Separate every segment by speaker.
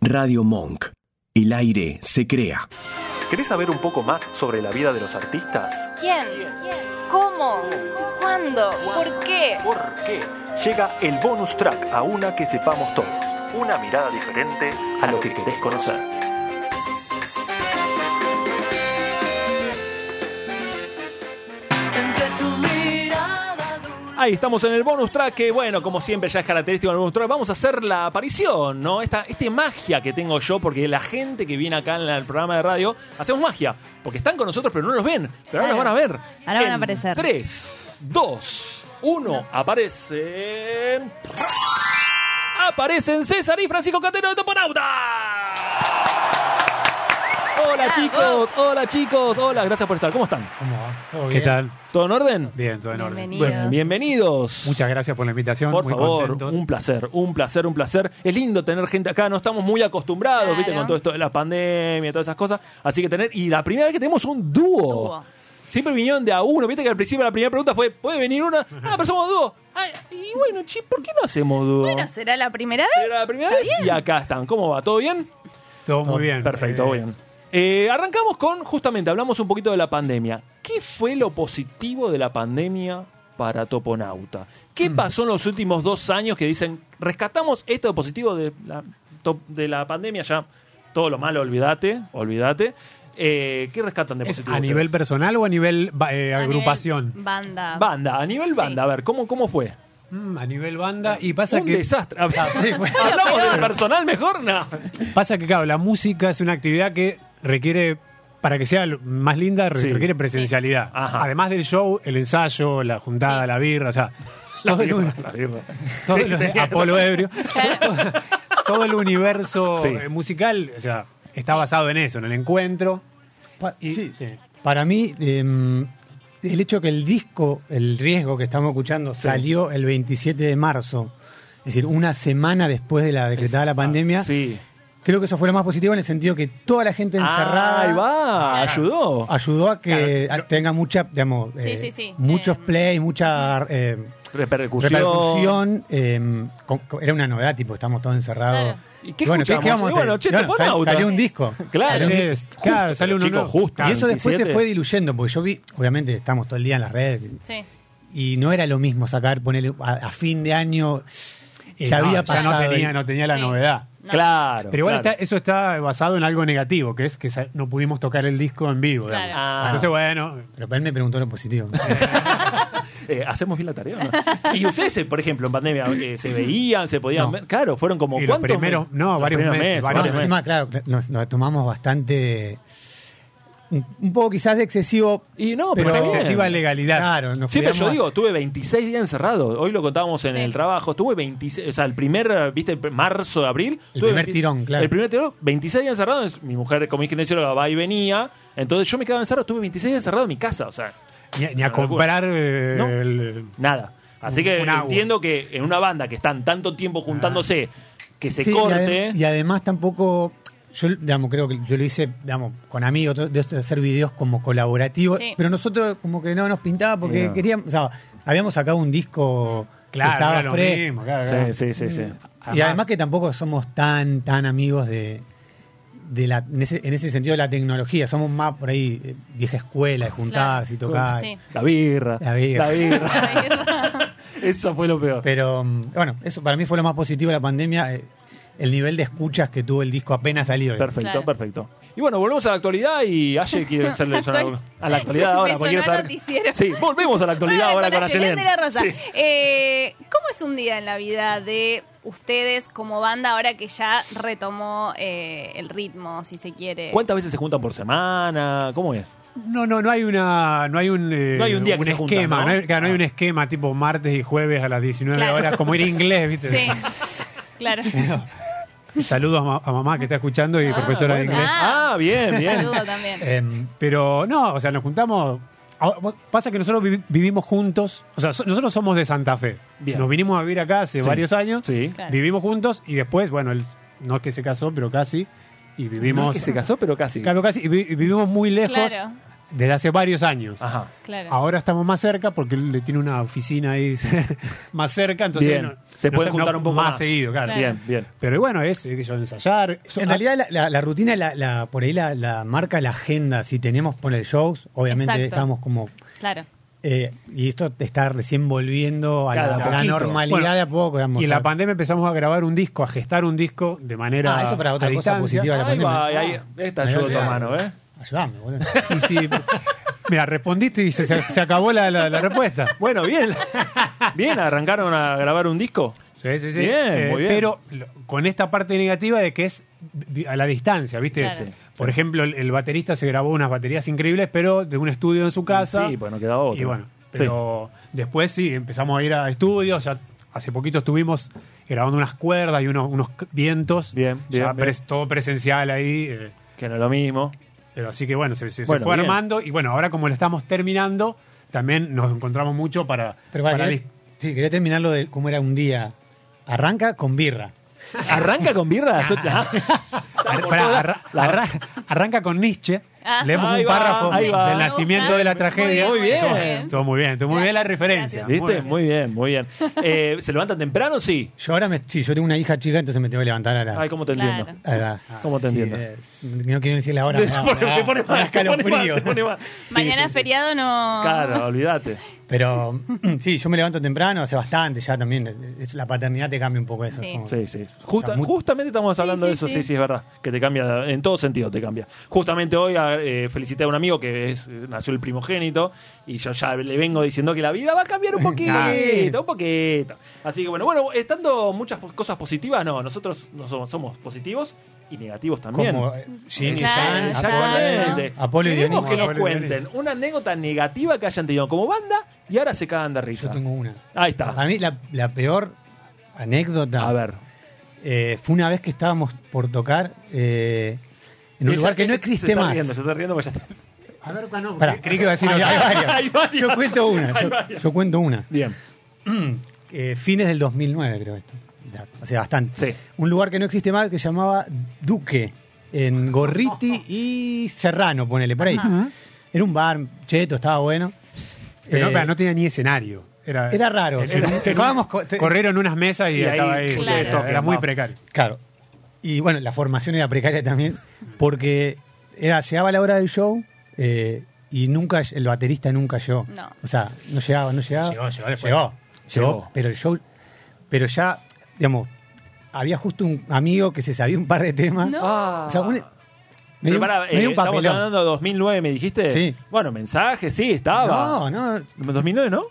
Speaker 1: Radio Monk. El aire se crea.
Speaker 2: ¿Querés saber un poco más sobre la vida de los artistas?
Speaker 3: ¿Quién? ¿Cómo? ¿Cuándo? ¿Por qué?
Speaker 2: ¿Por qué? Llega el bonus track a una que sepamos todos. Una mirada diferente a lo que querés conocer.
Speaker 4: Ahí estamos en el bonus track, que bueno, como siempre ya es característico del bonus track. Vamos a hacer la aparición, ¿no? Esta, esta magia que tengo yo, porque la gente que viene acá en la- el programa de radio, hacemos magia, porque están con nosotros pero no los ven, pero ahora los van
Speaker 5: Claro.
Speaker 4: a ver.
Speaker 5: Ahora van a
Speaker 4: En
Speaker 5: aparecer.
Speaker 4: Tres, dos, uno, aparecen... Aparecen César y Francisco Catero de Toponauta. Hola chicos, hola chicos, hola, gracias por estar. ¿Cómo están?
Speaker 6: ¿Qué tal?
Speaker 4: Ah, ¿Todo en orden?
Speaker 6: Bien, todo en orden.
Speaker 5: Bienvenidos.
Speaker 4: Bienvenidos.
Speaker 6: Muchas gracias por la invitación.
Speaker 4: Por
Speaker 6: muy
Speaker 4: favor,
Speaker 6: contentos.
Speaker 4: un placer, un placer, un placer. Es lindo tener gente acá, no estamos muy acostumbrados,
Speaker 5: Claro.
Speaker 4: viste, con todo esto de la pandemia, todas esas cosas. Así que tener, y la primera vez que tenemos un dúo.
Speaker 5: Dúo.
Speaker 4: Siempre vinieron de a uno, viste que al principio la primera pregunta fue, ¿puede venir una? Ah, pero somos dúo. Ay, y bueno, che, ¿por qué no hacemos dúo?
Speaker 5: Bueno, será la primera vez.
Speaker 4: Era la primera
Speaker 5: ¿Está
Speaker 4: vez
Speaker 5: bien?
Speaker 4: y acá están. ¿Cómo va? ¿Todo bien?
Speaker 6: Todo muy
Speaker 4: No,
Speaker 6: bien.
Speaker 4: Perfecto,
Speaker 6: Eh,
Speaker 4: muy bien. Eh, arrancamos con, justamente, hablamos un poquito de la pandemia. ¿Qué fue lo positivo de la pandemia para Toponauta?
Speaker 6: Mm.
Speaker 4: ¿Qué pasó en los últimos dos años que dicen, rescatamos esto de positivo de la, to- de la pandemia? Ya todo lo malo, olvídate, olvídate. Eh, ¿Qué rescatan de
Speaker 6: ¿es
Speaker 4: positivo?
Speaker 6: ¿A
Speaker 4: ustedes?
Speaker 6: nivel personal o a nivel ba- eh,
Speaker 5: A nivel
Speaker 6: agrupación?
Speaker 5: Banda.
Speaker 4: banda, a nivel banda, a ver, ¿cómo, cómo fue?
Speaker 6: Mm, a nivel banda. Y pasa
Speaker 4: Un
Speaker 6: que. Ah,
Speaker 4: desastre. ¿Hablamos de personal mejor? No.
Speaker 6: Pasa que, claro, la música es una actividad que requiere, para que sea lo- más linda, re-
Speaker 4: Sí.
Speaker 6: requiere presencialidad.
Speaker 4: Ajá.
Speaker 6: Además del show, el ensayo, la juntada, la birra, o sea. todo el-
Speaker 4: La birra.
Speaker 6: todo el- Apolo ebrio. todo el universo
Speaker 4: Sí.
Speaker 6: eh, musical, o sea, está basado en eso, en el encuentro.
Speaker 7: Pa-
Speaker 6: Y-
Speaker 7: sí.
Speaker 6: sí.
Speaker 7: Para mí, em, el hecho que el disco, el riesgo que estamos escuchando, salió el 27 de marzo, es decir, una semana después de la decretada la pandemia,
Speaker 4: Sí. Ah,
Speaker 7: creo que eso fue lo más positivo en el sentido que toda la gente encerrada
Speaker 4: Ahí va, ayudó.
Speaker 7: ayudó a que a- tenga mucha, digamos,
Speaker 5: Sí,
Speaker 7: eh,
Speaker 5: sí, sí.
Speaker 7: muchos
Speaker 5: Eh,
Speaker 7: plays, mucha eh,
Speaker 4: Repercusión.
Speaker 7: repercusión. em, con- con- era una novedad, tipo, estamos todos encerrados.
Speaker 5: Claro.
Speaker 4: ¿Y qué
Speaker 7: bueno,
Speaker 4: escuchamos?
Speaker 7: vamos
Speaker 4: Y
Speaker 7: a hacer?
Speaker 4: bueno, che,
Speaker 7: Claro,
Speaker 4: te pone
Speaker 7: sal-
Speaker 4: auto.
Speaker 7: salió un disco.
Speaker 4: Claro,
Speaker 6: Ayer,
Speaker 4: sí,
Speaker 6: claro,
Speaker 4: justo,
Speaker 6: sale uno
Speaker 4: chico,
Speaker 6: nuevo.
Speaker 4: justo.
Speaker 7: Y eso después se
Speaker 4: 27.
Speaker 7: fue diluyendo, porque yo vi, obviamente estamos todo el día en las redes,
Speaker 5: Sí.
Speaker 7: y no era lo mismo sacar, ponerle a, a fin de año,
Speaker 6: Y
Speaker 7: Eh, ya
Speaker 6: no,
Speaker 7: había pasado.
Speaker 6: Ya no tenía,
Speaker 7: el-
Speaker 6: no tenía la
Speaker 5: Sí.
Speaker 6: novedad.
Speaker 5: No.
Speaker 4: Claro.
Speaker 6: Pero igual
Speaker 4: claro.
Speaker 6: está- eso está basado en algo negativo, que es que sa- no pudimos tocar el disco en vivo.
Speaker 5: Claro.
Speaker 6: digamos.
Speaker 4: Ah.
Speaker 6: eh, Entonces, bueno,
Speaker 7: Pero él me preguntó lo positivo.
Speaker 4: Eh, ¿Hacemos bien la tarea o no? Y ustedes, eh, por ejemplo, en pandemia, eh, ¿se veían? ¿Se podían
Speaker 7: No.
Speaker 4: ver? Claro, fueron como
Speaker 6: Y los
Speaker 4: cuántos.
Speaker 6: primeros- no,
Speaker 4: los
Speaker 6: varios
Speaker 4: primeros
Speaker 6: meses,
Speaker 7: No,
Speaker 6: varios
Speaker 4: meses.
Speaker 7: encima, claro, nos, nos tomamos bastante. Un, un poco quizás de excesivo.
Speaker 4: Y no, pero
Speaker 7: pero,
Speaker 4: está bien.
Speaker 6: excesiva legalidad.
Speaker 7: Claro, nos
Speaker 4: Sí, pero yo
Speaker 7: cuidamos.
Speaker 4: digo, tuve 26 días encerrado. Hoy lo contábamos en
Speaker 5: Sí.
Speaker 4: el trabajo. Tuve 26, o sea, el primer, viste, el pr- marzo, abril.
Speaker 7: El
Speaker 4: tuve
Speaker 7: primer tirón, claro.
Speaker 4: El primer tirón, 26 días encerrado. Es- Mi mujer, como dije, va y venía. Entonces yo me quedaba encerrado. Tuve 26 días encerrado en mi casa, o sea,
Speaker 6: ni, ni a
Speaker 4: Una locura.
Speaker 6: comprar eh,
Speaker 4: No.
Speaker 6: el-
Speaker 4: nada. Así
Speaker 6: Un-
Speaker 4: que
Speaker 6: un agua. Ah.
Speaker 4: entiendo que en una banda que están tanto tiempo juntándose, que se
Speaker 7: Sí, y
Speaker 4: corte.
Speaker 7: adem- Y, además tampoco. Yo, digamos, creo que yo lo hice, digamos, con amigos, todo- de esto de hacer videos como colaborativos.
Speaker 5: Sí.
Speaker 7: Pero nosotros como que no nos pintaba porque
Speaker 4: Mira.
Speaker 7: queríamos. O sea, habíamos sacado un disco
Speaker 6: Claro,
Speaker 7: que estaba
Speaker 6: era lo
Speaker 7: fresco.
Speaker 6: mismo, claro, claro.
Speaker 4: Sí, sí, sí, sí.
Speaker 7: Y además que tampoco somos tan, tan amigos de, de la, en ese, en ese sentido de la tecnología. Somos más por ahí eh, vieja escuela, de juntarse y tocar.
Speaker 5: Sí.
Speaker 4: La birra.
Speaker 7: La birra.
Speaker 4: La birra. Eso fue lo peor.
Speaker 7: Pero mm, bueno, eso para mí fue lo más positivo de la pandemia, eh, el nivel de escuchas que tuvo el disco apenas salido.
Speaker 4: Perfecto,
Speaker 5: Claro.
Speaker 4: perfecto. Y bueno, volvemos a la actualidad y Aye quiere hacerle sonar
Speaker 5: Actual-
Speaker 4: a la actualidad ahora.
Speaker 5: Me
Speaker 4: porque quiero
Speaker 5: sonó
Speaker 4: saber-
Speaker 5: noticiero.
Speaker 4: Sí, volvemos a la actualidad
Speaker 5: Bueno,
Speaker 4: ahora
Speaker 5: con
Speaker 4: con
Speaker 5: Ayelén
Speaker 4: Ayelén.
Speaker 5: de la Rosa.
Speaker 4: Sí.
Speaker 5: Eh, ¿Cómo es un día en la vida de ustedes como banda ahora que ya retomó eh, el ritmo, si se quiere?
Speaker 4: ¿Cuántas veces se juntan por semana? ¿Cómo es?
Speaker 6: No, no, no hay una, no hay un, eh,
Speaker 4: No hay un día que se
Speaker 6: esquema,
Speaker 4: juntan, ¿no? Ah.
Speaker 6: ¿no? hay, claro, no hay un esquema tipo martes y jueves a las 19
Speaker 5: Claro.
Speaker 6: horas, como ir inglés, ¿viste?
Speaker 5: Sí, claro.
Speaker 6: Saludos a, ma- a mamá que está escuchando y profesora de inglés.
Speaker 4: Ah, bien, bien.
Speaker 5: Saludo también.
Speaker 6: Eh,
Speaker 7: Em,
Speaker 6: Pero no, o sea, nos juntamos. Ahora, vos- Pasa que nosotros vivi- vivimos juntos, o sea, so- nosotros somos de Santa Fe.
Speaker 4: Bien.
Speaker 6: Nos vinimos a vivir acá hace
Speaker 4: Sí.
Speaker 6: varios años,
Speaker 4: Sí.
Speaker 5: Claro.
Speaker 6: vivimos juntos y después, bueno, él no es que se casó, pero casi, y vivimos...
Speaker 4: No es que se casó, pero casi.
Speaker 6: Claro, casi, y vi- y vivimos muy lejos.
Speaker 5: Claro.
Speaker 6: desde hace varios años.
Speaker 4: Ajá.
Speaker 5: Claro.
Speaker 6: Ahora estamos más cerca porque él le tiene una oficina ahí más cerca, entonces
Speaker 4: Bien.
Speaker 6: no-
Speaker 4: Se
Speaker 6: no
Speaker 4: pueden
Speaker 6: está-
Speaker 4: juntar
Speaker 6: no-
Speaker 4: un poco más.
Speaker 6: seguido, claro.
Speaker 5: Claro.
Speaker 4: Bien, bien.
Speaker 6: Pero bueno, es eh, que yo ensayar. yo-
Speaker 7: En realidad la, la- la rutina, la, la- por ahí la, la marca la agenda. Si tenemos poner shows, obviamente
Speaker 5: Exacto.
Speaker 7: estamos como...
Speaker 5: Claro.
Speaker 7: eh, y esto te está recién volviendo a
Speaker 4: Claro,
Speaker 7: la,
Speaker 4: de
Speaker 7: a la
Speaker 4: poquito.
Speaker 7: normalidad
Speaker 6: Bueno,
Speaker 7: de a poco. Digamos,
Speaker 6: Y en
Speaker 7: O sea,
Speaker 6: la pandemia empezamos a grabar un disco, a gestar un disco de manera.
Speaker 7: Ah, eso para otra
Speaker 6: a
Speaker 7: cosa
Speaker 6: distancia.
Speaker 7: positiva de la
Speaker 4: Ahí
Speaker 7: pandemia.
Speaker 4: va, ahí- esta ayuda
Speaker 7: Me había
Speaker 4: a tu
Speaker 7: olvidado.
Speaker 4: mano, ¿eh?
Speaker 7: Ayudame, boludo.
Speaker 6: Y si. Mira, respondiste y se, se- se acabó la, la- la respuesta.
Speaker 4: Bueno, bien. bien, arrancaron a grabar un disco.
Speaker 6: Sí, sí, sí.
Speaker 4: Bien,
Speaker 6: Eh,
Speaker 4: muy bien.
Speaker 6: Pero lo- con esta parte negativa de que es vi- a la distancia, ¿viste?
Speaker 5: Claro. Sí.
Speaker 6: Por ejemplo, el, el baterista se grabó unas baterías increíbles, pero de un estudio en su casa.
Speaker 4: Sí, pues no queda otra.
Speaker 6: Y bueno,
Speaker 4: Sí.
Speaker 6: pero después sí, empezamos a ir a estudios. Ya hace poquito estuvimos grabando unas cuerdas y unos, unos c- vientos.
Speaker 4: Bien, bien,
Speaker 6: Ya
Speaker 4: bien.
Speaker 6: pres- todo presencial ahí. eh,
Speaker 4: Que no es lo mismo.
Speaker 6: pero Eh, así que bueno, se, se- se
Speaker 4: Bueno,
Speaker 6: fue
Speaker 4: bien.
Speaker 6: armando. Y bueno, ahora como lo estamos terminando, también nos encontramos mucho para.
Speaker 7: Pero eh. para,
Speaker 6: para
Speaker 7: quería-
Speaker 6: dis-
Speaker 7: sí, quería terminar lo de cómo era un día. Arranca con birra.
Speaker 4: ¿Arranca con birra? ¿ah?
Speaker 6: Ar- pará, arra- arra- arranca con Nietzsche,
Speaker 5: Ah.
Speaker 6: leemos
Speaker 4: Ahí
Speaker 6: un
Speaker 4: va,
Speaker 6: párrafo
Speaker 4: ahí va.
Speaker 6: del
Speaker 4: Me
Speaker 6: nacimiento
Speaker 5: gusta.
Speaker 6: de la
Speaker 5: Muy
Speaker 6: tragedia.
Speaker 5: bien, muy bien.
Speaker 6: Estuvo Estuvo muy bien, estuvo muy bien la
Speaker 5: Gracias,
Speaker 6: referencia.
Speaker 5: gracias.
Speaker 4: ¿Viste? Muy bien, muy bien. Eh, ¿Se levantan temprano? Sí.
Speaker 7: Yo ahora me, sí, yo tengo una hija chica, entonces me tengo que levantar a las.
Speaker 4: Ay, ¿cómo te
Speaker 5: Claro.
Speaker 4: entiendo?
Speaker 7: a las-
Speaker 4: ¿Cómo te
Speaker 7: sí,
Speaker 4: entiendo?
Speaker 7: eh, no quiero decir la hora.
Speaker 4: Te
Speaker 7: me da-
Speaker 4: pone-
Speaker 7: me da-
Speaker 4: te pone
Speaker 7: me
Speaker 4: mal, te
Speaker 7: da
Speaker 4: pone mal,
Speaker 7: escalofrío.
Speaker 4: te pone mal.
Speaker 5: Mañana feriado no.
Speaker 4: Claro, olvídate.
Speaker 7: Pero sí, yo me levanto temprano, hace bastante ya también. Es- La paternidad te cambia un poco eso.
Speaker 5: Sí.
Speaker 7: como-
Speaker 4: Sí, sí. Justa-
Speaker 7: O sea, muy-
Speaker 4: Justamente estamos
Speaker 5: Sí,
Speaker 4: hablando
Speaker 5: sí,
Speaker 4: de eso, sí.
Speaker 5: sí.
Speaker 4: sí, es verdad. Que te cambia, en todo sentido te cambia. Justamente hoy a- eh, felicité a un amigo que es, eh, nació el primogénito y yo ya le vengo diciendo que la vida va a cambiar un poquito, un poquito. Así que bueno, bueno, estando muchas po- cosas positivas, no, nosotros no somos, somos positivos y negativos también.
Speaker 7: Como eh, Jin y
Speaker 5: Claro,
Speaker 7: Yang,
Speaker 5: exacto.
Speaker 7: Apolo,
Speaker 4: Exactamente.
Speaker 7: Apolo y
Speaker 4: Queremos
Speaker 7: Dionisio.
Speaker 4: que nos
Speaker 6: Apolo y Dionisio.
Speaker 4: cuenten una anécdota negativa que hayan tenido como banda y ahora se cagan de
Speaker 7: Yo
Speaker 4: risa.
Speaker 7: tengo una.
Speaker 4: Ahí está.
Speaker 7: Para mí la, la peor anécdota
Speaker 4: A ver.
Speaker 7: eh, fue una vez que estábamos por tocar eh, en un
Speaker 4: Ella-
Speaker 7: lugar que no
Speaker 4: ella se
Speaker 7: existe
Speaker 4: está
Speaker 7: más.
Speaker 4: riendo, se está riendo porque ya está-
Speaker 6: A ver, no,
Speaker 7: Pará.
Speaker 6: creí que iba a decir
Speaker 7: Hay-
Speaker 6: otra.
Speaker 7: hay varias.
Speaker 4: Hay varias.
Speaker 7: Yo cuento una.
Speaker 4: Hay
Speaker 7: Yo,
Speaker 4: varias.
Speaker 7: yo cuento una.
Speaker 4: Bien.
Speaker 7: Eh, fines del 2009 creo esto. Ya, Hace bastante.
Speaker 4: Sí.
Speaker 7: Un lugar que no existe más que se llamaba Duque, en Gorriti y Serrano, ponele, por ahí. Era un bar cheto, estaba bueno.
Speaker 6: Pero
Speaker 7: Eh,
Speaker 6: pará, no tenía ni escenario. Era,
Speaker 7: Era raro.
Speaker 6: Era-
Speaker 7: Te acabamos co- te-
Speaker 6: corrieron unas mesas y,
Speaker 4: Y ahí-
Speaker 6: estaba ahí.
Speaker 5: Claro.
Speaker 6: Era-
Speaker 4: Toquen,
Speaker 6: Era muy
Speaker 4: va.
Speaker 6: precario.
Speaker 7: Claro. Y bueno, la formación era precaria también, porque era, llegaba la hora del show eh, y nunca el baterista nunca llegó.
Speaker 5: No.
Speaker 7: O sea, no llegaba, no llegaba.
Speaker 6: Llegó, llegó después.
Speaker 7: Llegó, llegó,
Speaker 4: Llegó.
Speaker 7: pero el show, pero ya, digamos, había justo un amigo que se sabía un par de temas.
Speaker 5: No.
Speaker 7: O sea, un- me
Speaker 4: Pero
Speaker 7: dio un-
Speaker 4: pará,
Speaker 7: me
Speaker 4: eh,
Speaker 7: dio un
Speaker 4: estamos
Speaker 7: papelón.
Speaker 4: hablando de 2009, me dijiste.
Speaker 7: Sí.
Speaker 4: Bueno, mensaje, sí, estaba.
Speaker 7: No, no,
Speaker 4: 2009, ¿no?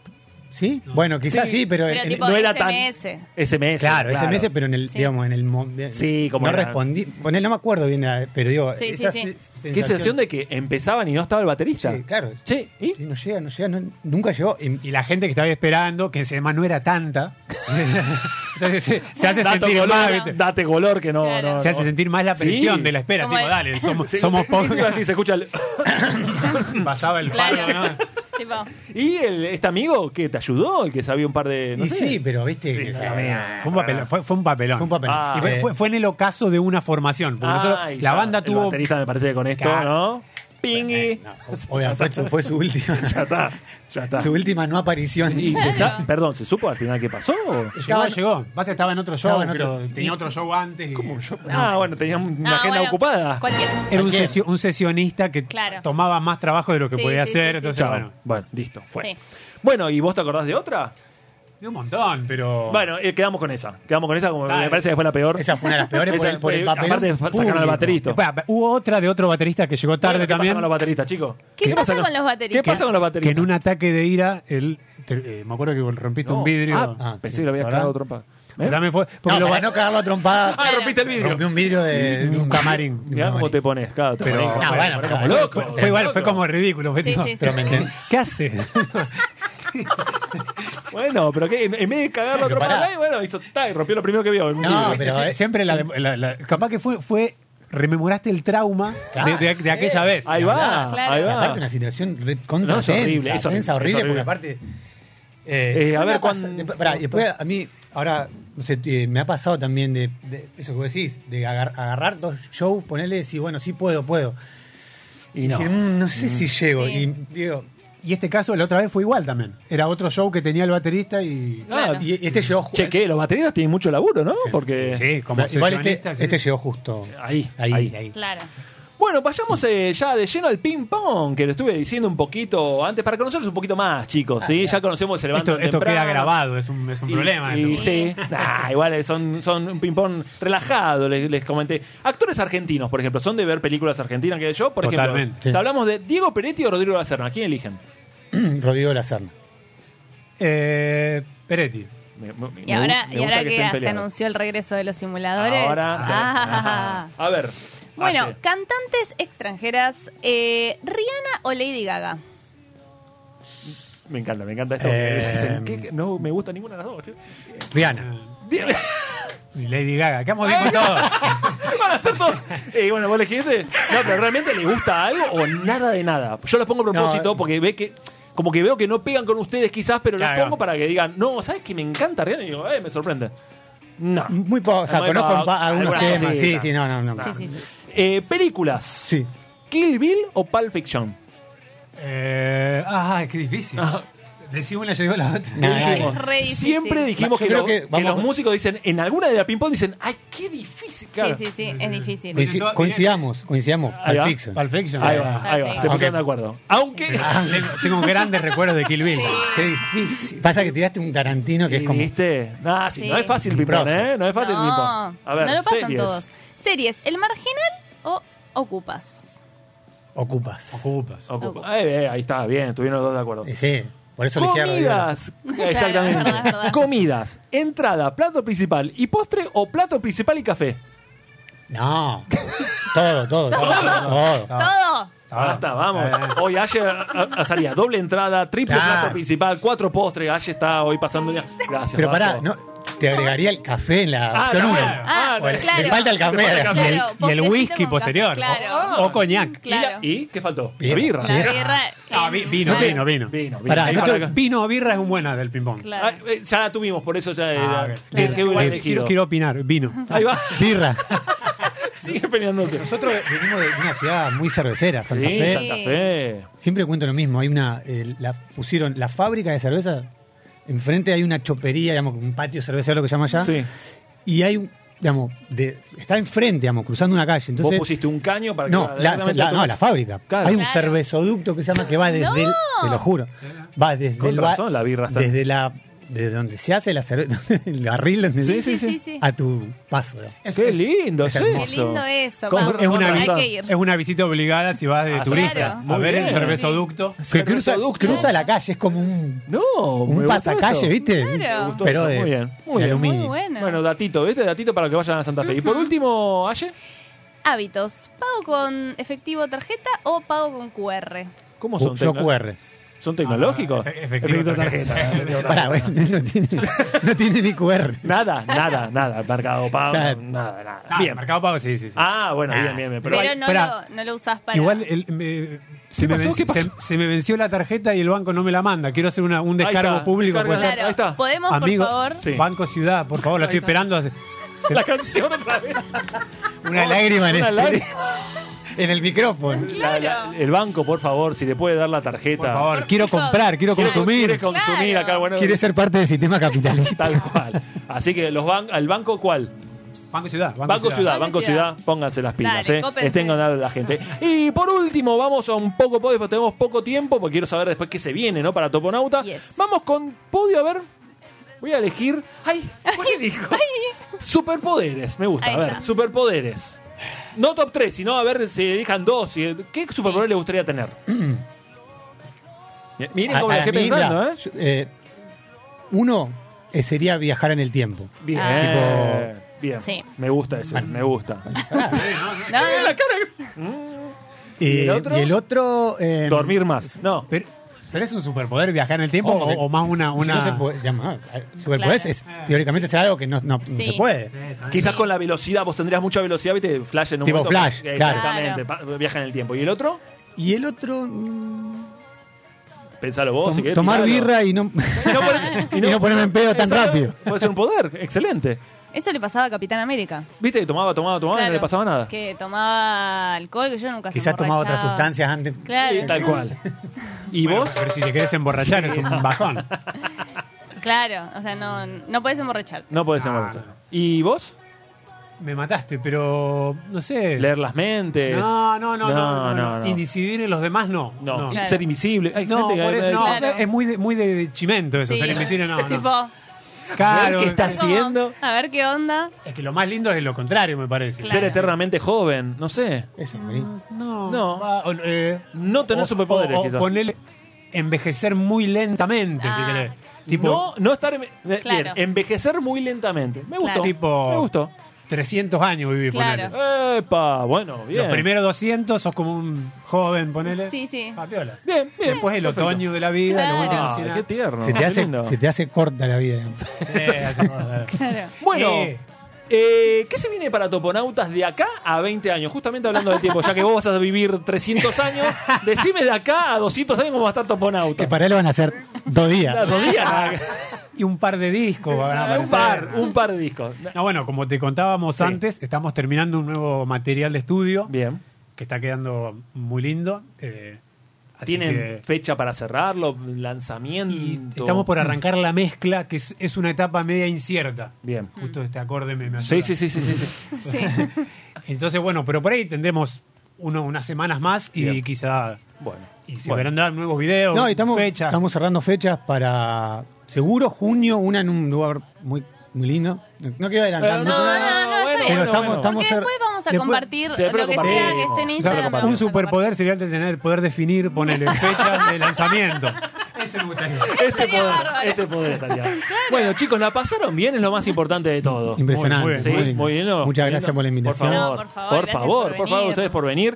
Speaker 7: sí. Bueno, quizás sí, pero,
Speaker 5: Pero
Speaker 7: en-
Speaker 5: tipo
Speaker 4: no era
Speaker 5: SMS.
Speaker 4: tan. SMS.
Speaker 7: Claro, ese mes, pero en el,
Speaker 5: Sí.
Speaker 7: digamos, en el mo-
Speaker 4: Sí, como
Speaker 7: no
Speaker 4: era.
Speaker 7: respondí, bueno, no me acuerdo bien, pero digo,
Speaker 5: Sí, sí,
Speaker 7: esa
Speaker 5: sí.
Speaker 7: se-
Speaker 4: Qué sensación de que empezaban y no estaba el baterista.
Speaker 7: Sí, claro.
Speaker 4: Sí, ¿y?
Speaker 7: Sí, no llega, no llega, no- nunca llegó. Y-
Speaker 6: Y la gente que estaba esperando, que además no era tanta, entonces se, se hace
Speaker 4: Date
Speaker 6: sentir
Speaker 4: color,
Speaker 6: mal. ¿viste?
Speaker 4: date color que no.
Speaker 5: Claro.
Speaker 4: no,
Speaker 6: Se
Speaker 4: no.
Speaker 6: hace sentir más la
Speaker 4: Sí.
Speaker 6: presión de la espera.
Speaker 5: Como
Speaker 6: Tipo,
Speaker 5: el-
Speaker 6: dale, somos,
Speaker 4: Sí,
Speaker 6: somos
Speaker 4: sí,
Speaker 6: pocos.
Speaker 4: sí, así se escucha el-
Speaker 6: Pasaba el palo,
Speaker 5: Claro.
Speaker 6: ¿no?
Speaker 5: Tipo,
Speaker 4: ¿Y el, este amigo que te ayudó? El que sabía un par de. No
Speaker 7: y
Speaker 4: sé.
Speaker 7: sí, pero viste. que-
Speaker 4: no, no,
Speaker 6: Fue un papelón. Fue, fue un papelón.
Speaker 7: Fue un papel.
Speaker 4: Ah,
Speaker 6: Y fue,
Speaker 7: Eh,
Speaker 6: fue- fue en el ocaso de una formación. Porque nosotros-
Speaker 4: Ay,
Speaker 6: la
Speaker 4: ya,
Speaker 6: banda
Speaker 4: el
Speaker 6: tuvo.
Speaker 4: baterista me parece que con esto,
Speaker 6: Claro.
Speaker 4: ¿no? Pingui.
Speaker 7: obvio, fue, su, fue su última.
Speaker 4: Ya está, ya está.
Speaker 7: Su última no aparición.
Speaker 4: Y se sa- Perdón, ¿se supo al final qué pasó?
Speaker 6: Llegó, llegó. Pasa que estaba en otro show,
Speaker 7: Estaba en otro-
Speaker 6: pero tenía otro show antes. y-
Speaker 4: Ah, bueno, tenía una
Speaker 5: ah,
Speaker 4: agenda
Speaker 5: bueno,
Speaker 4: ocupada.
Speaker 5: Cualquiera.
Speaker 6: Era un,
Speaker 7: Cualquiera.
Speaker 6: sesio- un sesionista que
Speaker 5: Claro.
Speaker 6: tomaba más trabajo de lo que
Speaker 5: Sí,
Speaker 6: podía
Speaker 5: sí,
Speaker 6: hacer.
Speaker 5: sí, sí,
Speaker 6: entonces,
Speaker 5: sí.
Speaker 4: Chao.
Speaker 6: bueno.
Speaker 4: Bueno, listo. Fue.
Speaker 5: Sí.
Speaker 4: Bueno, ¿y vos te acordás de otra?
Speaker 6: De un montón, pero.
Speaker 4: Bueno, eh, quedamos con esa. Quedamos con esa, como
Speaker 6: Dale.
Speaker 4: me parece que fue la peor.
Speaker 7: Esa fue una de las peores por
Speaker 4: Esa
Speaker 7: el, por el
Speaker 4: fue-
Speaker 7: papel.
Speaker 4: Aparte, fa- sacaron al baterista.
Speaker 6: Espera, espera, hubo otra de otro baterista que llegó tarde
Speaker 4: Bueno, ¿Qué pasa
Speaker 6: también.
Speaker 4: con los bateristas, chicos?
Speaker 5: ¿Qué pasa con los bateristas?
Speaker 4: ¿Qué pasa con los
Speaker 6: que
Speaker 4: bateristas?
Speaker 6: en un ataque de ira, él. te- eh, me acuerdo que rompiste
Speaker 4: No.
Speaker 6: un vidrio.
Speaker 4: Ah,
Speaker 7: Ah,
Speaker 4: pensé que lo había
Speaker 6: ¿verdad?
Speaker 4: cagado trompa. ¿Eh?
Speaker 6: Pero también fue.
Speaker 7: No,
Speaker 6: porque lo
Speaker 7: para
Speaker 6: ba-
Speaker 7: no cagarlo a trompada.
Speaker 4: Ah, rompiste el vidrio.
Speaker 7: Rompí un vidrio de, de
Speaker 6: un camarín.
Speaker 7: de un
Speaker 4: Mirá cómo
Speaker 7: camarín.
Speaker 4: te pones, claro. te
Speaker 6: Pero-
Speaker 4: pones como-
Speaker 7: No, bueno,
Speaker 4: te pones
Speaker 7: pero
Speaker 4: como
Speaker 7: fue-
Speaker 4: loco.
Speaker 6: Fue igual, fue como ridículo. fue
Speaker 5: Sí,
Speaker 6: tipo,
Speaker 5: sí, sí.
Speaker 7: Pero me entiendes.
Speaker 6: ¿Qué hace?
Speaker 4: Bueno, pero que en, en vez de cagarlo a
Speaker 7: Pero
Speaker 4: trompada,
Speaker 7: pará.
Speaker 4: ay, bueno, hizo ta, y rompió lo primero que vio. un
Speaker 7: No,
Speaker 4: vidrio.
Speaker 7: pero
Speaker 6: Sie-
Speaker 7: eh.
Speaker 6: siempre la, la- la- Capaz que fue, fue. Rememoraste el trauma de, de- de aquella vez.
Speaker 4: Ahí va,
Speaker 5: Claro.
Speaker 4: ahí
Speaker 7: Y
Speaker 4: va.
Speaker 7: Aparte, una situación re-
Speaker 4: Ah. No,
Speaker 7: contra
Speaker 4: es horrible,
Speaker 7: tensa,
Speaker 4: es horrible,
Speaker 7: tensa, horrible,
Speaker 4: es horrible.
Speaker 7: porque aparte. eh,
Speaker 4: Eh, a
Speaker 7: me
Speaker 4: ver,
Speaker 7: ha pas-
Speaker 4: cuán-
Speaker 7: después- pará, y después a mí, ahora, no sé, eh, me ha pasado también de, de eso que vos decís, de agar- agarrar dos shows, ponerle y decir, bueno, sí puedo, puedo.
Speaker 4: Y no.
Speaker 7: Dije, "Mm, no sé si llego.
Speaker 5: Sí.
Speaker 7: Y digo,
Speaker 6: Y este caso, la otra vez fue igual también. Era otro show que tenía el baterista y.
Speaker 4: Ah,
Speaker 7: y y este llegó ju-
Speaker 4: che, ¿qué? los bateristas tienen mucho laburo, ¿no? Porque.
Speaker 6: Sí, como
Speaker 7: Igual este,
Speaker 6: sesionista, sí.
Speaker 7: este llegó justo.
Speaker 4: Ahí,
Speaker 7: Ahí,
Speaker 4: ahí.
Speaker 7: ahí.
Speaker 5: Claro.
Speaker 4: Bueno, vayamos eh, ya de lleno al ping-pong, que le estuve diciendo un poquito antes, para conocerlos un poquito más, chicos,
Speaker 5: Ah,
Speaker 4: ¿sí? Ya conocemos el
Speaker 6: Esto,
Speaker 4: bando
Speaker 6: esto queda
Speaker 4: temprano.
Speaker 6: grabado, es un, es un
Speaker 4: Y-
Speaker 6: problema.
Speaker 4: y
Speaker 6: esto.
Speaker 4: sí, Nah, igual eh, son, son un ping-pong relajado, les, les comenté. Actores argentinos, por ejemplo, son de ver películas argentinas que yo, por ejemplo.
Speaker 6: Totalmente.
Speaker 4: si hablamos de Diego Peretti o Rodrigo Lacerna, ¿a quién eligen?
Speaker 7: Mm, Rodrigo de la Serna.
Speaker 6: Eh, Peretti.
Speaker 4: Me- me- me
Speaker 5: Y ahora,
Speaker 4: gusta- me
Speaker 5: y
Speaker 4: gusta
Speaker 5: ahora que,
Speaker 4: estén
Speaker 5: se
Speaker 4: peleados.
Speaker 5: anunció el regreso de los simuladores.
Speaker 4: Ahora,
Speaker 5: ah.
Speaker 4: a ver.
Speaker 5: Bueno,
Speaker 4: Aye.
Speaker 5: cantantes extranjeras, eh, Rihanna o Lady Gaga.
Speaker 4: me encanta, me encanta esto.
Speaker 7: Eh,
Speaker 4: Dicen, ¿qué- qué? No me gusta ninguna de las dos. che.
Speaker 6: Eh,
Speaker 7: Rihanna.
Speaker 4: Bien.
Speaker 6: Y Lady Gaga. Quedamos bien con todos.
Speaker 4: Van a hacer todo. Eh, bueno, vos elegiste. No, pero realmente le gusta algo o nada de nada. Yo las pongo a propósito
Speaker 7: No.
Speaker 4: porque ve que. Como que veo que no pegan con ustedes quizás, pero las
Speaker 6: Claro.
Speaker 4: pongo para que digan, no, ¿sabes que me encanta Rihanna? Y digo, eh, me sorprende. No.
Speaker 7: Muy poco, o sea,
Speaker 4: Muy
Speaker 7: conozco
Speaker 4: poco.
Speaker 7: un pa- algunos
Speaker 4: Algunas
Speaker 7: temas. Sí,
Speaker 4: cositas.
Speaker 7: sí, no, no, no.
Speaker 5: Sí, sí, sí.
Speaker 4: Eh, películas.
Speaker 7: Sí.
Speaker 4: Kill Bill o Pulp Fiction.
Speaker 6: Eh, ah, qué difícil. Decimos una, yo digo la otra.
Speaker 7: Nah, nah,
Speaker 5: Es re difícil.
Speaker 4: Siempre dijimos
Speaker 7: Yo
Speaker 4: que,
Speaker 7: creo
Speaker 4: lo-
Speaker 7: que
Speaker 4: que
Speaker 7: vamos-
Speaker 4: los músicos dicen, en alguna de la ping-pong dicen, ay, qué difícil. Claro.
Speaker 5: Sí, sí, sí, es difícil.
Speaker 7: Coinci-
Speaker 6: todas-
Speaker 7: coincidamos, coincidamos.
Speaker 4: Ahí va.
Speaker 7: Pulp Fiction.
Speaker 6: Pulp Fiction. Ah,
Speaker 4: Ahí va, ahí va.
Speaker 5: Perfecto.
Speaker 4: Se
Speaker 7: Aunque-
Speaker 4: pusieron de acuerdo. Aunque.
Speaker 6: Tengo, tengo grandes recuerdos de Kill Bill.
Speaker 7: Qué difícil. Pasa que tiraste un Tarantino que es
Speaker 4: Y
Speaker 7: como.
Speaker 4: ¿Viste? Nah, si
Speaker 5: Sí.
Speaker 4: no es fácil el ping-pong,
Speaker 7: Prosa.
Speaker 4: ¿eh? No es fácil el
Speaker 5: no,
Speaker 4: ping-pong. A ver,
Speaker 5: no lo pasan
Speaker 4: series.
Speaker 5: todos. Series, ¿El Marginal o Ocupas?
Speaker 7: Ocupas.
Speaker 6: Ocupas.
Speaker 4: Ocupa. Ahí, eh, ahí está, bien, estuvieron los dos de acuerdo.
Speaker 7: Eh, Sí, por eso elegí a Rodrigo de la Serna.
Speaker 4: Comidas.
Speaker 5: Claro,
Speaker 4: Exactamente.
Speaker 5: es verdad, es verdad.
Speaker 4: Comidas, entrada, plato principal y postre o plato principal y café.
Speaker 7: No. Todo, todo, todo. todo.
Speaker 5: Todo.
Speaker 7: Ah,
Speaker 6: Ah.
Speaker 4: Basta, Ah, vamos. Hoy Aye a- a- salía doble entrada, triple
Speaker 7: eh. Claro.
Speaker 4: plato principal, cuatro postres. Aye está hoy pasando ya. Gracias.
Speaker 7: Pero pará,
Speaker 4: Vasco.
Speaker 7: no, te agregaría el café en la
Speaker 4: Ah,
Speaker 7: opción
Speaker 4: no,
Speaker 7: 1.
Speaker 4: bueno.
Speaker 5: Ah,
Speaker 4: Ah,
Speaker 7: le,
Speaker 5: claro.
Speaker 7: le falta el café.
Speaker 4: Le falta el
Speaker 6: Y el,
Speaker 5: Claro,
Speaker 6: y el
Speaker 5: postrecito
Speaker 6: whisky
Speaker 5: con café,
Speaker 6: posterior. Oh.
Speaker 5: claro.
Speaker 6: O, o coñac.
Speaker 4: ¿Y, la-
Speaker 5: claro.
Speaker 4: ¿Y qué faltó? La
Speaker 7: Birra.
Speaker 4: birra.
Speaker 5: La
Speaker 7: Birra.
Speaker 5: guerra.
Speaker 6: Ah, vi- vino,
Speaker 5: Claro.
Speaker 6: vino, vino.
Speaker 4: Vino, vino.
Speaker 7: Pará,
Speaker 4: Ahí
Speaker 7: yo
Speaker 4: para
Speaker 7: te-
Speaker 4: acá.
Speaker 6: Vino o birra es un buena del ping-pong.
Speaker 4: Ah,
Speaker 5: Claro.
Speaker 4: eh, ya la tuvimos, por eso ya era.
Speaker 6: Ah, ok.
Speaker 4: ¿Qué-
Speaker 5: Birra.
Speaker 4: qué hubiera
Speaker 6: Quiero-
Speaker 4: elegido?
Speaker 6: quiero, quiero opinar. Vino.
Speaker 4: Ahí va.
Speaker 7: Birra.
Speaker 4: Sigue peleándose.
Speaker 7: Nosotros venimos de una ciudad muy cervecera, Santa
Speaker 4: Sí,
Speaker 7: Fe.
Speaker 4: Santa Fe.
Speaker 7: Siempre cuento lo mismo. Hay una, eh, la, pusieron la fábrica de cerveza. Enfrente hay una chopería, digamos, un patio cervecero, lo que llama allá.
Speaker 4: Sí.
Speaker 7: Y hay un, digamos, de- está enfrente, digamos, cruzando una calle. Entonces,
Speaker 4: Vos pusiste un caño para que.
Speaker 7: No, la,
Speaker 4: directamente
Speaker 7: la-
Speaker 4: tomes-
Speaker 7: no, la fábrica.
Speaker 4: Claro.
Speaker 7: Hay un
Speaker 5: Claro.
Speaker 7: cervezoducto que se llama que va desde
Speaker 5: No.
Speaker 7: el, te lo juro, va desde
Speaker 4: Con
Speaker 7: el ba-
Speaker 4: razón la birra está-
Speaker 7: desde la desde donde se hace la cerveza, el barril donde-
Speaker 4: Sí, sí,
Speaker 5: Sí, sí, sí.
Speaker 7: a tu paso. ¿no?
Speaker 4: Qué lindo,
Speaker 7: es
Speaker 4: es
Speaker 7: hermoso.
Speaker 5: Qué
Speaker 4: eso.
Speaker 5: lindo eso.
Speaker 4: Con-
Speaker 5: vamos,
Speaker 6: es una
Speaker 5: hay
Speaker 4: visa.
Speaker 5: que ir.
Speaker 6: Es una visita obligada si vas de
Speaker 4: Ah,
Speaker 6: turista.
Speaker 5: claro.
Speaker 4: Muy
Speaker 6: A ver el
Speaker 4: bien.
Speaker 6: cervezoducto.
Speaker 7: Que cruza,
Speaker 4: Cervezoducto.
Speaker 7: cruza la calle, es como un,
Speaker 4: No, me
Speaker 7: un
Speaker 4: gustó
Speaker 7: pasacalle,
Speaker 4: eso.
Speaker 7: ¿viste?
Speaker 5: Claro. Me gustó
Speaker 7: Pero
Speaker 4: eso,
Speaker 7: de,
Speaker 4: muy bien, muy
Speaker 7: de
Speaker 4: bien.
Speaker 7: aluminio.
Speaker 5: Muy bueno.
Speaker 4: Bueno, datito, ¿viste? Datito para que vayan a Santa Fe. Y por último, Aye,
Speaker 5: Hábitos. ¿Pago con efectivo tarjeta o pago con QR?
Speaker 4: ¿cómo son?
Speaker 7: Yo yo
Speaker 4: tecno-
Speaker 7: QR.
Speaker 4: ¿Son tecnológicos?
Speaker 6: Ah, efe- efectivo,
Speaker 4: Efectivo
Speaker 6: tarjeta.
Speaker 7: Pará, bueno, no tiene, no tiene ni QR.
Speaker 4: Nada, nada, nada. Mercado Pago,
Speaker 7: Está-
Speaker 4: nada, nada.
Speaker 6: Ah,
Speaker 4: bien.
Speaker 6: Mercado Pago, sí, sí. sí.
Speaker 4: Ah, bueno, bien, bien, bien. Pero,
Speaker 5: Pero,
Speaker 6: hay-
Speaker 5: no,
Speaker 6: pará.
Speaker 5: lo, no lo usás para.
Speaker 6: Igual el- me- se, me
Speaker 4: pasó?
Speaker 6: venció,
Speaker 4: ¿Qué pasó?
Speaker 6: se- se me venció la tarjeta y el banco no me la manda. Quiero hacer una- un descargo
Speaker 4: Ahí está,
Speaker 6: público.
Speaker 4: descarga.
Speaker 6: puede ser.
Speaker 7: pues.
Speaker 5: Claro.
Speaker 4: ahí está.
Speaker 5: ¿Podemos,
Speaker 6: Amigo,
Speaker 5: por favor?
Speaker 4: Sí.
Speaker 6: Banco Ciudad, por favor, la estoy esperando. hace- se-
Speaker 4: la canción otra vez.
Speaker 7: Una lágrima en este
Speaker 4: Una
Speaker 7: el,
Speaker 4: lágrima.
Speaker 7: en el micrófono.
Speaker 4: La- la- el banco, por favor, si le puede dar la tarjeta.
Speaker 6: por favor, quiero
Speaker 5: chicos.
Speaker 6: comprar, quiero
Speaker 4: Quiere-
Speaker 6: consumir.
Speaker 4: quiere consumir
Speaker 5: Claro.
Speaker 4: acá, bueno.
Speaker 7: Quiere ser parte del sistema capitalista.
Speaker 4: Tal cual. Así que los ban ¿al banco cuál?
Speaker 6: Banco Ciudad, Banco,
Speaker 4: Banco Ciudad,
Speaker 5: Ciudad.
Speaker 4: Banco Ciudad, pónganse las pilas,
Speaker 5: Dale,
Speaker 4: eh.
Speaker 5: cópense.
Speaker 4: Estén ganando la gente. Y por último, vamos a un poco podio, porque tenemos poco tiempo, porque quiero saber después qué se viene, ¿no? Para Toponauta.
Speaker 5: Yes.
Speaker 4: Vamos con podio, a ver. Voy a elegir. ¡Ay! ¿Cuál elijo? Superpoderes, me gusta.
Speaker 5: Ahí
Speaker 4: A ver,
Speaker 5: está.
Speaker 4: superpoderes. No top 3, sino a ver si elijan dos. si- ¿Qué superpoder le gustaría tener? Miren
Speaker 7: A-
Speaker 4: cómo
Speaker 7: a
Speaker 4: lo estoy
Speaker 7: mí,
Speaker 4: pensando,
Speaker 7: mira,
Speaker 4: ¿eh?
Speaker 7: yo- eh, Uno eh, sería viajar en el tiempo.
Speaker 4: Bien.
Speaker 7: Ah.
Speaker 4: Bien.
Speaker 5: Sí.
Speaker 4: Me gusta ese, me gusta.
Speaker 5: No, no, no.
Speaker 4: ¿Y el
Speaker 7: Eh,
Speaker 4: otro?
Speaker 7: Y el otro. eh,
Speaker 4: Dormir más. No.
Speaker 6: Pero, pero es un superpoder viajar en el tiempo
Speaker 7: Ojo,
Speaker 6: o,
Speaker 7: que-
Speaker 6: o más una.
Speaker 7: si no
Speaker 6: una...
Speaker 7: se puede- digamos, ah, superpoderes
Speaker 5: Claro.
Speaker 7: es, teóricamente será algo que no, no- no
Speaker 5: Sí.
Speaker 7: se puede.
Speaker 4: Quizás con la velocidad, vos tendrías mucha velocidad, viste, flash en un
Speaker 7: Tipo
Speaker 4: momento.
Speaker 7: Flash, claro.
Speaker 4: Exactamente, pa- viaja en el tiempo. ¿Y el otro?
Speaker 7: Y el otro. mm,
Speaker 4: Pensalo vos,
Speaker 7: tom-
Speaker 4: si querés,
Speaker 7: tomar
Speaker 4: tiralo.
Speaker 7: birra y no,
Speaker 4: Y no, poner-
Speaker 7: y no ponerme en pedo tan
Speaker 4: Exacto,
Speaker 7: rápido.
Speaker 4: Puede ser un poder, excelente.
Speaker 5: Eso le pasaba a Capitán América.
Speaker 4: Viste que tomaba, tomaba, tomaba y no
Speaker 5: Claro,
Speaker 4: le pasaba nada.
Speaker 5: Que tomaba alcohol, que yo nunca se
Speaker 7: Quizás tomaba otras
Speaker 5: emborrachaba.
Speaker 7: sustancias antes.
Speaker 5: Claro,
Speaker 4: Y tal cual. ¿Y
Speaker 6: Bueno,
Speaker 4: vos?
Speaker 6: Pero si te querés emborrachar es un bajón.
Speaker 5: claro. O sea, no, no puedes emborrachar.
Speaker 4: No podés
Speaker 6: Ah,
Speaker 4: emborrachar. ¿Y vos?
Speaker 6: Me mataste, pero no sé.
Speaker 4: Leer las mentes.
Speaker 6: No, no, no, no, no, no.
Speaker 4: no.
Speaker 6: Indicidir en los demás no.
Speaker 4: No.
Speaker 6: no.
Speaker 4: Y
Speaker 5: Claro.
Speaker 4: Ser invisible. Ay,
Speaker 6: No,
Speaker 4: gente que-
Speaker 6: por eso, no,
Speaker 5: Claro.
Speaker 6: es muy de, muy de chimento eso,
Speaker 5: Sí.
Speaker 6: ser invisible no, no.
Speaker 5: tipo,
Speaker 6: Claro,
Speaker 4: Ver qué estás-
Speaker 5: es como,
Speaker 4: Haciendo-
Speaker 5: A ver qué onda.
Speaker 6: es que lo más lindo es lo contrario, me parece.
Speaker 5: Claro.
Speaker 4: Ser eternamente joven, no sé.
Speaker 7: Eso, Marín.
Speaker 6: No,
Speaker 4: No.
Speaker 6: va, o, eh,
Speaker 4: No tener
Speaker 6: o-
Speaker 4: superpoderes,
Speaker 6: o- o
Speaker 4: quizás.
Speaker 6: ponerle- envejecer muy lentamente,
Speaker 5: Ah.
Speaker 6: si querés. Tipo,
Speaker 4: no, no estar. en- eh,
Speaker 5: Claro.
Speaker 4: Bien, envejecer muy lentamente. Me gustó.
Speaker 5: Claro.
Speaker 6: Tipo-
Speaker 4: Me gustó.
Speaker 6: 300 años viví,
Speaker 5: Claro.
Speaker 6: ponele.
Speaker 4: Epa, bueno, bien.
Speaker 6: Los primeros 200 sos como un joven, ponele.
Speaker 5: Sí, sí.
Speaker 6: Ah, piola.
Speaker 4: Bien, bien.
Speaker 6: Después el
Speaker 4: perfecto.
Speaker 6: otoño de la vida,
Speaker 5: Claro.
Speaker 6: los últimos
Speaker 4: Ah,
Speaker 6: 100
Speaker 4: qué
Speaker 6: años.
Speaker 4: tierno.
Speaker 7: se, te
Speaker 4: qué
Speaker 7: hace,
Speaker 4: lindo.
Speaker 7: se te hace corta la vida. digamos.
Speaker 6: Sí, hace cosas.
Speaker 5: Claro.
Speaker 4: Bueno,
Speaker 6: Eh.
Speaker 4: eh, ¿qué se viene para Toponautas de acá a 20 años? Justamente hablando del tiempo, ya que vos vas a vivir 300 años, decime de acá a 200 años cómo va a estar
Speaker 7: Que
Speaker 4: Toponautas.
Speaker 7: para él van a ser dos días.
Speaker 4: Dos días, nada.
Speaker 6: Y un par de discos van a
Speaker 4: un
Speaker 6: aparecer.
Speaker 4: par, un par de discos.
Speaker 6: No, bueno, como te contábamos
Speaker 4: Sí.
Speaker 6: antes, estamos terminando un nuevo material de estudio
Speaker 4: Bien.
Speaker 6: que está quedando muy lindo. eh, así
Speaker 4: ¿Tienen
Speaker 6: que-
Speaker 4: fecha para cerrarlo? ¿Lanzamiento?
Speaker 6: y estamos por arrancar la mezcla, que es, es una etapa media incierta.
Speaker 4: Bien.
Speaker 6: Justo este acorde me, me
Speaker 4: Mm. Sí,
Speaker 6: ayuda.
Speaker 4: sí, sí, sí, sí, sí.
Speaker 5: Sí.
Speaker 6: Entonces, bueno, pero por ahí tendremos uno, unas semanas más y
Speaker 4: Bien.
Speaker 6: quizá
Speaker 4: Bueno.
Speaker 6: y se
Speaker 4: Bueno.
Speaker 6: vendrán nuevos videos,
Speaker 7: No, y estamos,
Speaker 6: fechas.
Speaker 7: estamos cerrando fechas para seguro junio, una en un lugar muy, muy lindo. No quiero adelantar
Speaker 4: Eh,
Speaker 7: mucho.
Speaker 5: no, no, no, está bien.
Speaker 7: Pero estamos- estamos-
Speaker 5: Porque
Speaker 7: cer-
Speaker 5: después vamos a
Speaker 7: después-
Speaker 5: compartir
Speaker 4: Sí, pero
Speaker 5: lo que sea que esté en
Speaker 4: compartimos.
Speaker 5: Instagram. lo
Speaker 6: un
Speaker 5: vamos a
Speaker 6: superpoder sería el de tener, poder definir, ponerle fechas de lanzamiento. Eso me gustaría.
Speaker 4: Ese
Speaker 5: Sería
Speaker 4: poder,
Speaker 5: bárbaro.
Speaker 4: ese poder estaría. Bueno, chicos, la pasaron bien, es lo más importante de todo.
Speaker 7: Impresionante.
Speaker 6: Muy bien,
Speaker 4: Sí,
Speaker 7: muy lindo.
Speaker 4: muy bien, ¿no?
Speaker 7: Muchas
Speaker 4: Muy
Speaker 7: gracias
Speaker 4: lindo.
Speaker 7: por la invitación.
Speaker 5: No, por favor,
Speaker 4: por
Speaker 5: gracias
Speaker 4: favor,
Speaker 5: por
Speaker 4: por favor,
Speaker 5: venir.
Speaker 4: ustedes por venir.